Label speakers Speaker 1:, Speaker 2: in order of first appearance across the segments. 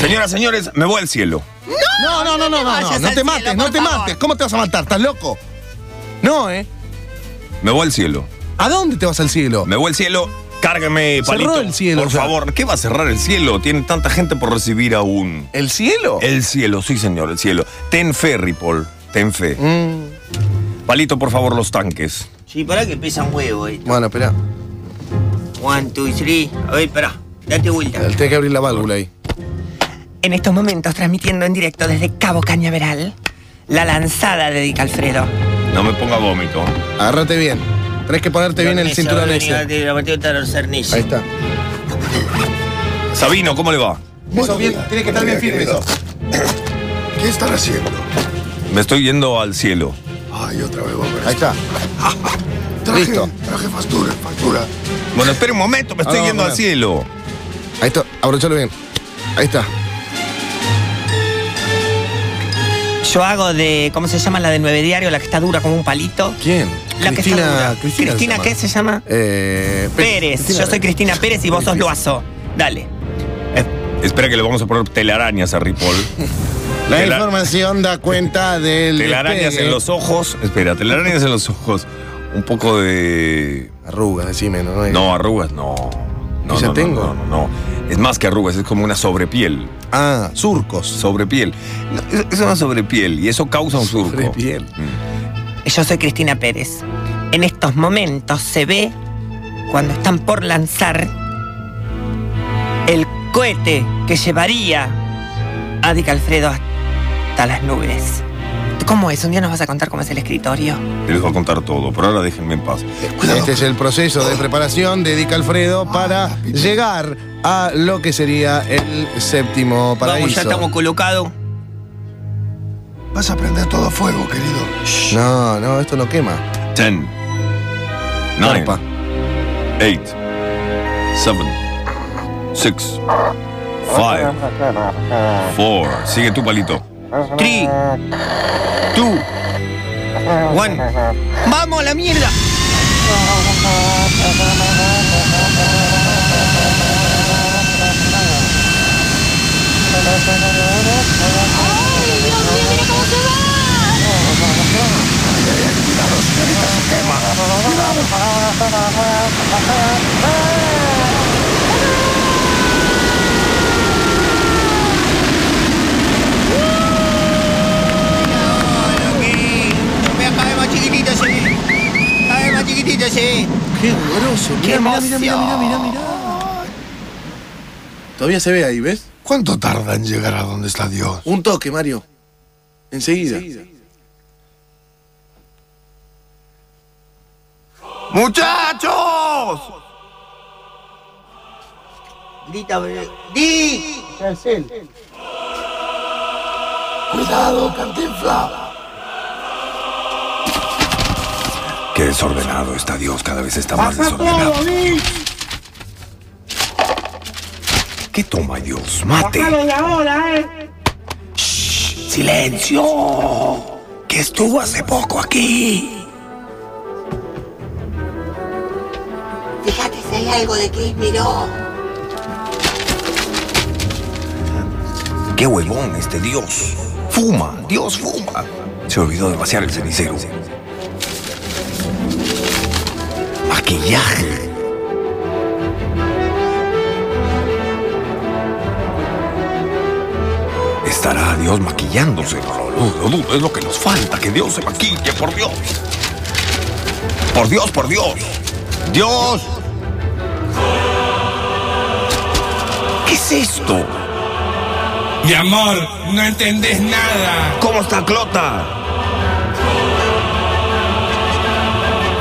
Speaker 1: Señoras, señores, me voy al cielo.
Speaker 2: No, no, no, no, no,
Speaker 3: vayas
Speaker 2: no, no
Speaker 3: al
Speaker 2: te
Speaker 3: cielo,
Speaker 2: mates,
Speaker 3: por
Speaker 2: no te
Speaker 3: favor.
Speaker 2: mates. ¿Cómo te vas a matar? ¿Estás loco? No, ¿eh?
Speaker 1: Me voy al cielo.
Speaker 2: ¿A dónde te vas al cielo?
Speaker 1: Me voy al cielo. Cárgame,
Speaker 2: Cerró
Speaker 1: palito.
Speaker 2: el cielo
Speaker 1: Por
Speaker 2: ya.
Speaker 1: favor, ¿qué va a cerrar el cielo? Tiene tanta gente por recibir aún.
Speaker 2: ¿El cielo?
Speaker 1: El cielo, sí, señor, el cielo. Ten fe, Ripoll. Ten fe.
Speaker 2: Mm,
Speaker 1: Palito, por favor, los tanques.
Speaker 3: Sí, pará que pesan huevo, eh.
Speaker 2: bueno, espera.
Speaker 3: One, two, three. A ver, pará. Date vuelta.
Speaker 2: Tienes que abrir la válvula ahí.
Speaker 3: En estos momentos, transmitiendo en directo desde Cabo Cañaveral, la lanzada de Dick Alfredo.
Speaker 1: No me ponga vómito.
Speaker 2: Agárrate bien. Tenés que ponerte bien el cinturón ese. Ahí está.
Speaker 1: Sabino, ¿cómo le va?
Speaker 2: Eso bien, tiene que estar bien firme eso.
Speaker 4: ¿Qué están haciendo?
Speaker 1: Me estoy yendo al cielo.
Speaker 4: Ay, otra vez vos con
Speaker 2: Ahí
Speaker 4: esto.
Speaker 2: está.
Speaker 4: Traje,
Speaker 2: listo.
Speaker 4: Traje factura, factura.
Speaker 1: Bueno, espere un momento, me estoy
Speaker 2: Ahora
Speaker 1: yendo
Speaker 2: vamos a
Speaker 1: al cielo.
Speaker 2: Ahí está. Abrochalo bien. Ahí está.
Speaker 3: Yo hago de. ¿Cómo se llama la de Nueve Diario? La que está dura como un palito.
Speaker 2: ¿Quién?
Speaker 3: La que está dura.
Speaker 2: Cristina.
Speaker 3: Cristina, ¿qué se llama?
Speaker 2: Eh, Pe-
Speaker 3: Pérez. Yo soy Cristina Pérez y vos sos Loazo. Dale.
Speaker 1: Espera que le vamos a poner telarañas a Ripoll.
Speaker 2: La
Speaker 1: Tela-
Speaker 2: información da cuenta del.
Speaker 1: Telarañas
Speaker 2: despegue.
Speaker 1: en los ojos. Espera, telarañas en los ojos. Un poco de.
Speaker 2: Arrugas, decime, ¿no?
Speaker 1: No, arrugas, no. No,
Speaker 2: ¿Y ya
Speaker 1: no, no,
Speaker 2: Eh, tengo?
Speaker 1: No, no, no. Es más que arrugas, es como una sobrepiel.
Speaker 2: Ah, surcos.
Speaker 1: Sobrepiel. No, es- es una sobrepiel y eso causa un surco. Mm.
Speaker 2: Sobre piel.
Speaker 3: Yo soy Cristina Pérez. En estos momentos se ve, cuando están por lanzar, el cohete que llevaría a Dick Alfredo hasta las nubes. ¿Cómo es? Un día nos vas a contar cómo es el escritorio.
Speaker 1: Les voy a contar todo, pero ahora déjenme en paz.
Speaker 4: Cuidado.
Speaker 2: Este es el proceso de preparación de Dick Alfredo para llegar a lo que sería el séptimo paraíso.
Speaker 3: Vamos, ya estamos colocados.
Speaker 4: Vas a prender todo a fuego, querido.
Speaker 2: No, no, esto no quema.
Speaker 1: Ten. Nine.
Speaker 2: Carpa.
Speaker 1: Eight. Seven. Six. Five. Four. Sigue tú, palito.
Speaker 3: Tri,
Speaker 1: Tú.
Speaker 3: one. ¡Vamos a la mierda!
Speaker 5: ¡Ay, Dios mío, mira cómo se va!
Speaker 2: Qué groso.
Speaker 3: Qué emoción.
Speaker 2: Todavía se ve ahí, ¿ves?
Speaker 4: ¿Cuánto tarda en llegar a donde está Dios?
Speaker 2: Un toque, Mario. Enseguida.
Speaker 1: ¡Muchachos!
Speaker 3: Grita, ¡Di!
Speaker 4: Cuidado, cantinfla.
Speaker 1: Qué desordenado está Dios, cada vez está más desordenado. ¿Qué toma Dios? Mate. Shh, silencio. Que estuvo hace poco aquí.
Speaker 6: Fíjate si hay algo de Chris Miró.
Speaker 1: Qué huevón este Dios. Fuma, Dios fuma. Se olvidó de vaciar el cenicero. Maquillaje. Estará Dios maquillándose. No lo dudo, lo dudo. Es lo que nos falta, que Dios se maquille, por Dios. Por Dios, por Dios. Dios. ¿Qué es esto?
Speaker 7: Mi amor, no entendés nada.
Speaker 1: ¿Cómo está Clota?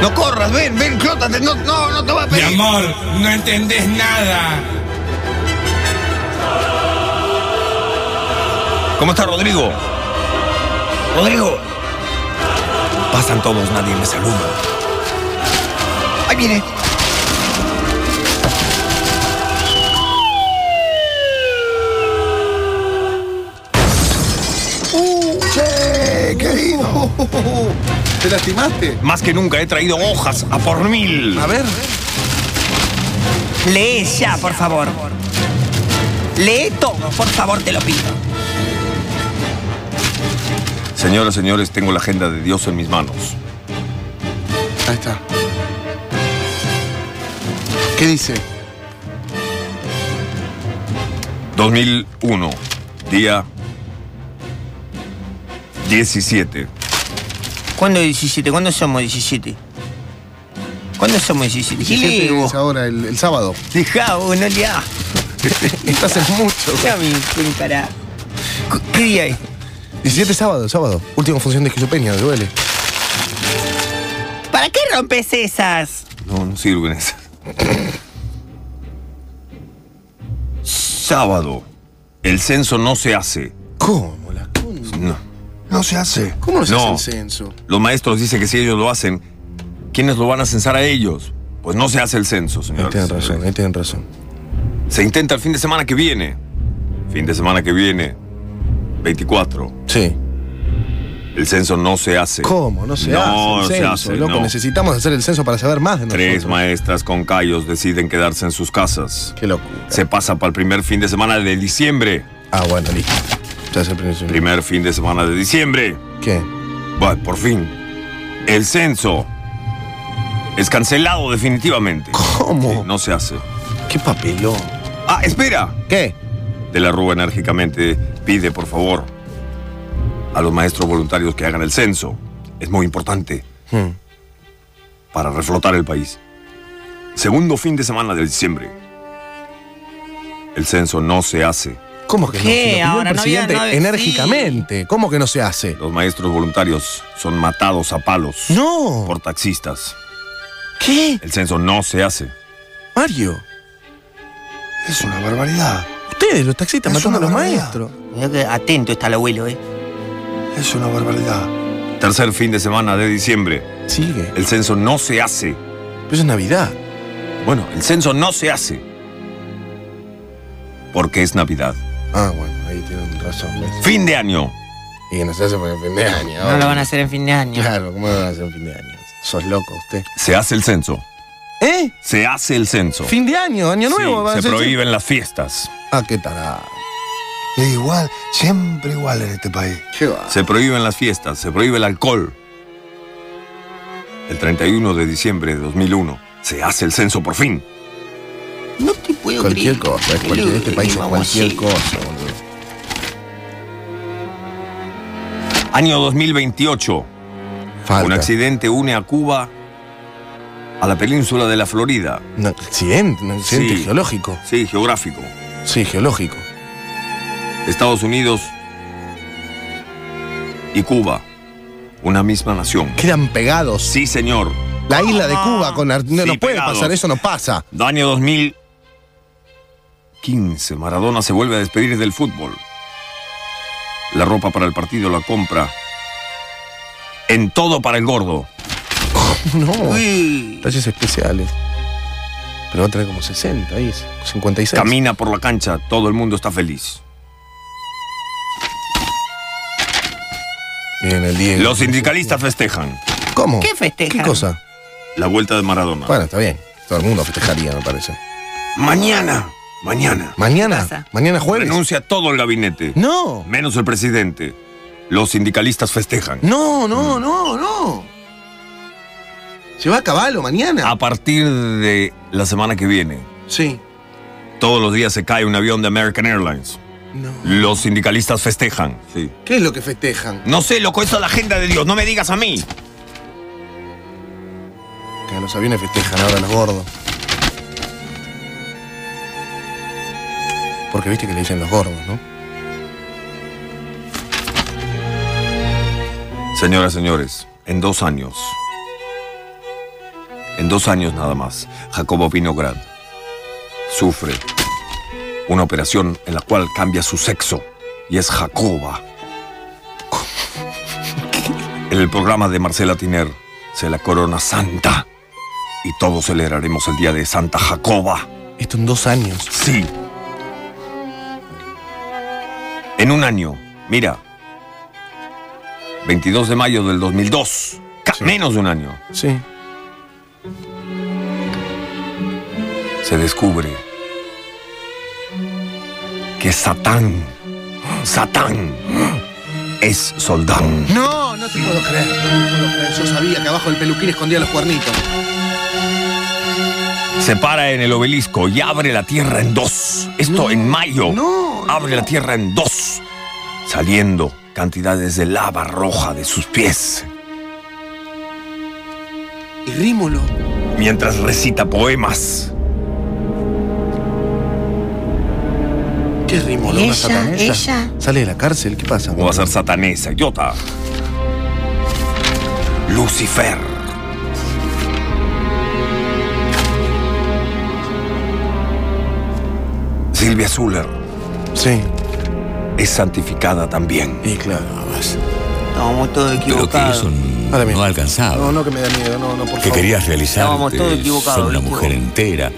Speaker 1: No corras, ven, ven, Clota, te- no, no, no te va a
Speaker 7: Mi
Speaker 1: pegar.
Speaker 7: amor, no entendés nada.
Speaker 1: ¿Cómo está Rodrigo? Rodrigo. Pasan todos, nadie me saluda. Ahí viene.
Speaker 4: ¡Che, Eh, querido!
Speaker 2: ¿Te lastimaste?
Speaker 1: Más que nunca he traído hojas a por mil.
Speaker 2: A ver.
Speaker 3: Lee ya, por favor. Lee todo, por favor, te lo pido.
Speaker 1: Señoras, señores, tengo la agenda de Dios en mis manos.
Speaker 4: Ahí está. ¿Qué dice?
Speaker 1: 2001, día 17.
Speaker 3: ¿Cuándo 17? ¿Cuándo somos 17? ¿Cuándo somos 17? ¿Qué
Speaker 4: 17
Speaker 3: leo?
Speaker 4: es ahora, el, el sábado.
Speaker 3: Dejá, vos, no le hagas.
Speaker 4: Estás en mucho.
Speaker 3: Mirá mi mi cara. Cu- ¿Qué día es?
Speaker 2: 17 sábado, sábado. Última función de esquizopenia, duele.
Speaker 3: ¿Para qué rompes esas?
Speaker 1: No, no sirven esas. Sábado. El censo no se hace.
Speaker 2: ¿Cómo? La con-
Speaker 1: No.
Speaker 4: No se hace.
Speaker 2: ¿Cómo no se hace
Speaker 1: No.
Speaker 2: el censo?
Speaker 1: Los maestros dicen que si ellos lo hacen, ¿quiénes lo van a censar a ellos? Pues no se hace el censo,
Speaker 2: Ahí
Speaker 1: señores.
Speaker 2: tienen razón, ¿eh? ahí tienen razón.
Speaker 1: Se intenta el fin de semana que viene. Fin de semana que viene. 24.
Speaker 2: Sí.
Speaker 1: El censo no se hace.
Speaker 2: ¿Cómo? No se
Speaker 1: No, no
Speaker 2: hace
Speaker 1: se
Speaker 2: el censo,
Speaker 1: hace,
Speaker 2: loco.
Speaker 1: no.
Speaker 2: Necesitamos hacer el censo para saber más de nosotros.
Speaker 1: Tres maestras con callos deciden quedarse en sus casas.
Speaker 2: Qué locura.
Speaker 1: Se pasa para el primer fin de semana de diciembre.
Speaker 2: Ah, bueno, listo. Ya se prendió.
Speaker 1: Primer fin de semana de diciembre.
Speaker 2: ¿Qué?
Speaker 1: Bueno, por fin. El censo es cancelado definitivamente.
Speaker 2: ¿Cómo?
Speaker 1: Sí, no se hace.
Speaker 2: ¿Qué papelón?
Speaker 1: Ah, espera.
Speaker 2: ¿Qué?
Speaker 1: De la Rúa enérgicamente pide, por favor, a los maestros voluntarios que hagan el censo. Es muy importante
Speaker 2: Hmm.
Speaker 1: para reflotar el país. Segundo fin de semana de diciembre. El censo no se hace.
Speaker 2: ¿Cómo que no?
Speaker 3: ¿Qué?
Speaker 2: Si lo pidió
Speaker 3: Ahora
Speaker 2: el
Speaker 3: no había-
Speaker 2: presidente
Speaker 3: no había-
Speaker 2: enérgicamente. ¿Cómo que no se hace?
Speaker 1: Los maestros voluntarios son matados a palos
Speaker 2: No.
Speaker 1: por taxistas.
Speaker 2: ¿Qué?
Speaker 1: El censo no se hace.
Speaker 2: Mario,
Speaker 4: Es una barbaridad.
Speaker 2: ustedes, los taxistas,
Speaker 4: Es
Speaker 2: matando a
Speaker 4: una
Speaker 2: los
Speaker 4: barbaridad.
Speaker 2: maestros.
Speaker 3: Mirá que atento está el abuelo, ¿eh?
Speaker 4: Es una barbaridad.
Speaker 1: Tercer fin de semana de diciembre.
Speaker 2: Sigue.
Speaker 1: El censo no se hace.
Speaker 2: Pero es Navidad.
Speaker 1: Bueno, el censo no se hace. Porque es Navidad.
Speaker 2: Ah, bueno, ahí tienen razón. ¿ves?
Speaker 1: Fin de año.
Speaker 2: Y no se hace por el fin de año.
Speaker 3: No lo van a hacer en fin de año.
Speaker 2: Claro, ¿cómo lo van a hacer un fin de año? Sos loco usted.
Speaker 1: Se hace el censo.
Speaker 2: ¿Eh?
Speaker 1: Se hace el censo.
Speaker 2: Fin de año, año nuevo. van
Speaker 1: Sí,
Speaker 2: a
Speaker 1: se
Speaker 2: hacer-
Speaker 1: prohíben las fiestas.
Speaker 2: Ah, qué tarada.
Speaker 4: Es igual, siempre igual en este país.
Speaker 2: Qué va.
Speaker 1: Se prohíben las fiestas. Se prohíbe el alcohol. El 31 de diciembre de 2001 se hace el censo por fin.
Speaker 3: No te puedo
Speaker 2: Cualquier cosa, es cualquier, en este país es cualquier cosa, boludo.
Speaker 1: Año 2028.
Speaker 2: Falta.
Speaker 1: Un accidente une a Cuba a la península de la Florida.
Speaker 2: Un accidente, un accidente
Speaker 1: Sí.
Speaker 2: geológico.
Speaker 1: Sí, geográfico.
Speaker 2: Sí, geológico.
Speaker 1: Estados Unidos y Cuba. Una misma nación.
Speaker 2: Quedan pegados.
Speaker 1: Sí, señor.
Speaker 2: La isla de Cuba con ar- no,
Speaker 1: Sí,
Speaker 2: no puede
Speaker 1: pegados.
Speaker 2: pasar, eso no pasa.
Speaker 1: Año 2015. Maradona se vuelve a despedir del fútbol. La ropa para el partido la compra. En todo para el gordo.
Speaker 2: No.
Speaker 3: Uy.
Speaker 2: Talles especiales. Pero va a traer como 60, ahí, 56.
Speaker 1: Camina por la cancha. Todo el mundo está feliz.
Speaker 2: Bien, el Diego.
Speaker 1: Los sindicalistas festejan.
Speaker 2: ¿Cómo?
Speaker 3: ¿Qué festejan?
Speaker 2: ¿Qué cosa?
Speaker 1: La vuelta de Maradona.
Speaker 2: Bueno, está bien. Todo el mundo festejaría, me parece.
Speaker 1: Mañana. Mañana.
Speaker 2: ¿Mañana?
Speaker 3: pasa?
Speaker 2: ¿Mañana jueves?
Speaker 1: Renuncia todo el gabinete.
Speaker 2: No.
Speaker 1: Menos el presidente. Los sindicalistas festejan.
Speaker 2: No, no, no, no. ¿Se va a caballo mañana?
Speaker 1: A partir de la semana que viene,
Speaker 2: Sí.
Speaker 1: todos los días se cae un avión de American Airlines.
Speaker 2: No.
Speaker 1: Los sindicalistas festejan. Sí.
Speaker 2: ¿Qué es lo que festejan?
Speaker 1: No sé, loco, eso es la agenda de Dios, no me digas a mí.
Speaker 2: Que los aviones festejan ahora los gordos. Porque viste que le dicen los gordos, ¿no?
Speaker 1: Señoras, señores, en dos años, en dos años nada más, Jacobo Vinograd sufre una operación en la cual cambia su sexo y es Jacoba. En el programa de Marcela Tiner se la corona santa y todos celebraremos el día de Santa Jacoba.
Speaker 2: Esto en dos años.
Speaker 1: Sí. En un año, mira. 22 de mayo del 2002. ca- Menos de un año.
Speaker 2: Sí.
Speaker 1: Se descubre que Satán, Satán, es soldán.
Speaker 2: No, no te puedo creer. No te puedo creer. Yo sabía que abajo el peluquín escondía los cuernitos.
Speaker 1: Se para en el obelisco y abre la tierra en dos. Esto en mayo.
Speaker 2: no,
Speaker 1: Abre la tierra en dos. Saliendo cantidades de lava roja de sus pies.
Speaker 2: Y Rímulo.
Speaker 1: Mientras recita poemas.
Speaker 2: ¿Qué Rímulo?
Speaker 6: Ella, ella.
Speaker 2: Sale de la cárcel, ¿qué pasa?
Speaker 1: ¿Cómo va a ser satanesa, idiota? Lucifer. Silvia Zuller
Speaker 2: Sí.
Speaker 1: es santificada también.
Speaker 2: Y claro.
Speaker 3: Estábamos todos
Speaker 8: Pero que
Speaker 3: equivocados.
Speaker 8: eso
Speaker 2: Ahora bien.
Speaker 8: no alcanzaba.
Speaker 2: No, no, que me da miedo. No, no, por
Speaker 8: que
Speaker 2: favor.
Speaker 8: querías realizar
Speaker 3: Estábamos todos equivocados,
Speaker 8: una
Speaker 3: ¿viste?
Speaker 8: mujer entera,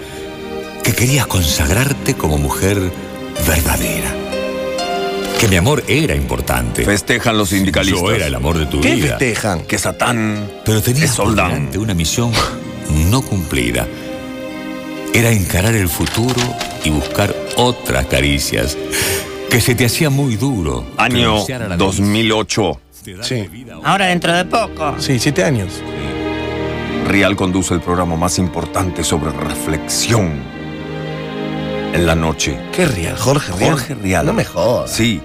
Speaker 8: que querías consagrarte como mujer verdadera, que mi amor era importante,
Speaker 1: Festejan los
Speaker 8: yo era el
Speaker 1: sindicalistas.
Speaker 8: amor de tu
Speaker 2: ¿Qué
Speaker 8: vida,
Speaker 2: festejan?
Speaker 1: Que Satán
Speaker 8: pero
Speaker 1: Es
Speaker 8: tenías por
Speaker 1: soldán.
Speaker 8: delante una misión no cumplida, era encarar el futuro y buscar otras caricias, que se te hacía muy duro,
Speaker 1: Año
Speaker 8: renunciar a la
Speaker 1: 2008.
Speaker 8: felicidad
Speaker 2: Sí.
Speaker 8: de vida.
Speaker 3: Ahora dentro de poco.
Speaker 2: Sí, siete años.
Speaker 1: Rial conduce el programa más importante sobre reflexión en la noche.
Speaker 2: ¿Qué Rial? Jorge Rial.
Speaker 1: Jorge Rial.
Speaker 2: No me jodas.
Speaker 1: Sí.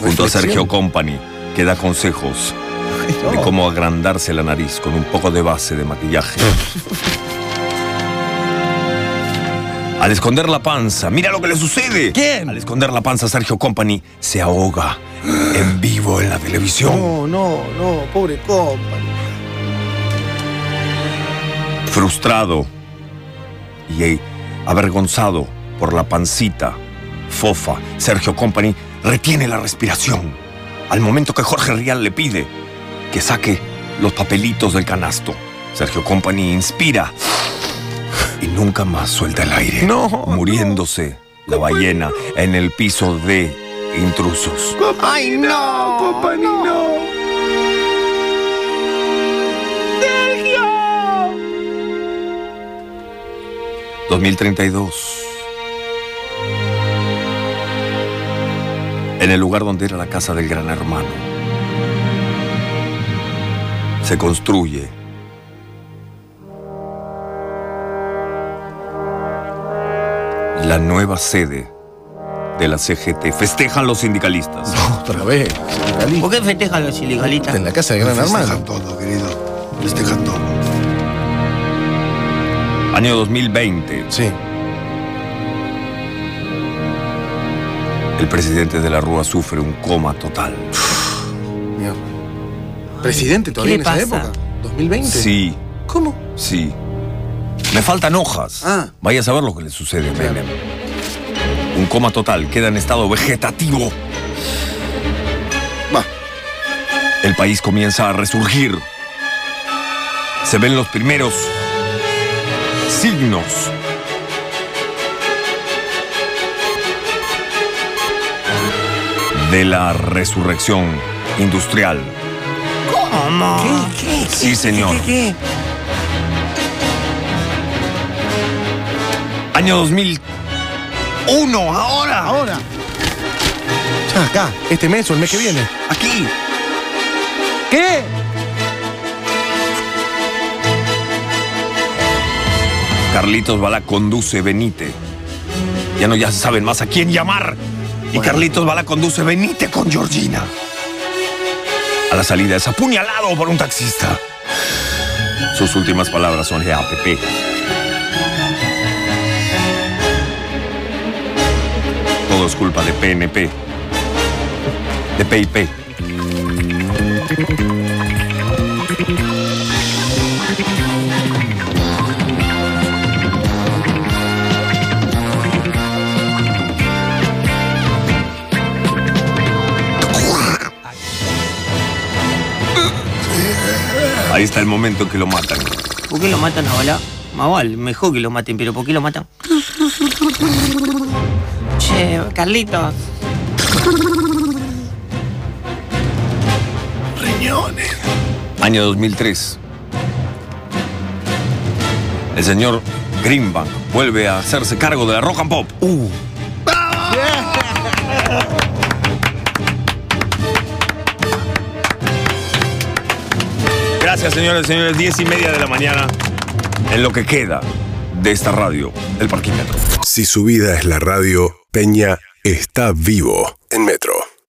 Speaker 1: Junto a
Speaker 2: Reflexión.
Speaker 1: Sergio Company, que da consejos
Speaker 2: Ay, no.
Speaker 1: de cómo agrandarse la nariz con un poco de base de maquillaje. Al esconder la panza, mira lo que le sucede.
Speaker 2: ¿Quién?
Speaker 1: Al esconder la panza, Sergio Company se ahoga en vivo en la televisión.
Speaker 2: No, no, no, pobre compa.
Speaker 1: Frustrado y eh, avergonzado por la pancita fofa, Sergio Company retiene la respiración al momento que Jorge Rial le pide que saque los papelitos del canasto. Sergio Company inspira y nunca más suelta el aire,
Speaker 2: No,
Speaker 1: muriéndose la ballena en el piso de intrusos.
Speaker 2: ¡Ay, no! Company, no.
Speaker 3: ¡Sergio!
Speaker 1: 2032. En el lugar donde era la casa del gran hermano, se construye la nueva sede de la CGT. Festejan los sindicalistas.
Speaker 2: Otra vez.
Speaker 3: ¿Por qué festejan los ilegalistas?
Speaker 2: En la casa de Gran
Speaker 4: Festejan
Speaker 2: Hermano.
Speaker 4: todo, querido. Festejan todo.
Speaker 1: Año 2020.
Speaker 2: Sí.
Speaker 1: El presidente de la Rúa sufre un coma total.
Speaker 2: Mierda. ¿Presidente todavía
Speaker 3: ¿Qué
Speaker 2: en
Speaker 3: le
Speaker 2: esa
Speaker 3: pasa?
Speaker 2: época? ¿2020?
Speaker 1: Sí,
Speaker 2: ¿Cómo?
Speaker 1: sí. Me faltan hojas.
Speaker 2: Ah.
Speaker 1: Vaya a saber lo que le sucede a Menem. Un coma total, queda en estado vegetativo.
Speaker 2: Va.
Speaker 1: El país comienza a resurgir. Se ven los primeros signos. De la resurrección industrial.
Speaker 3: ¿Cómo?
Speaker 1: Sí, señor. Año 2001, ahora,
Speaker 2: Ahora. Ya acá, este mes o el mes que viene.
Speaker 1: aquí.
Speaker 2: ¿Qué?
Speaker 1: Carlitos Balá conduce Benite. Ya no ya saben más a quién llamar. Y Carlitos Balá conduce Benite con Georgina. A la salida es apuñalado por un taxista. Sus últimas palabras son GAPP. Todo es culpa de PNP. De PIP. Ahí está el momento en que lo matan.
Speaker 3: ¿Por qué lo matan a bala? Más vale, mejor que lo maten, pero ¿por qué lo matan? Che, Carlitos.
Speaker 1: Año 2003. Uh. El señor Greenbank vuelve a hacerse cargo de la Rock and Pop. Gracias, señores, señores. Diez y media de la mañana en lo que queda de esta radio, el parquímetro.
Speaker 9: Si su vida es la radio, Peña está vivo en Metro.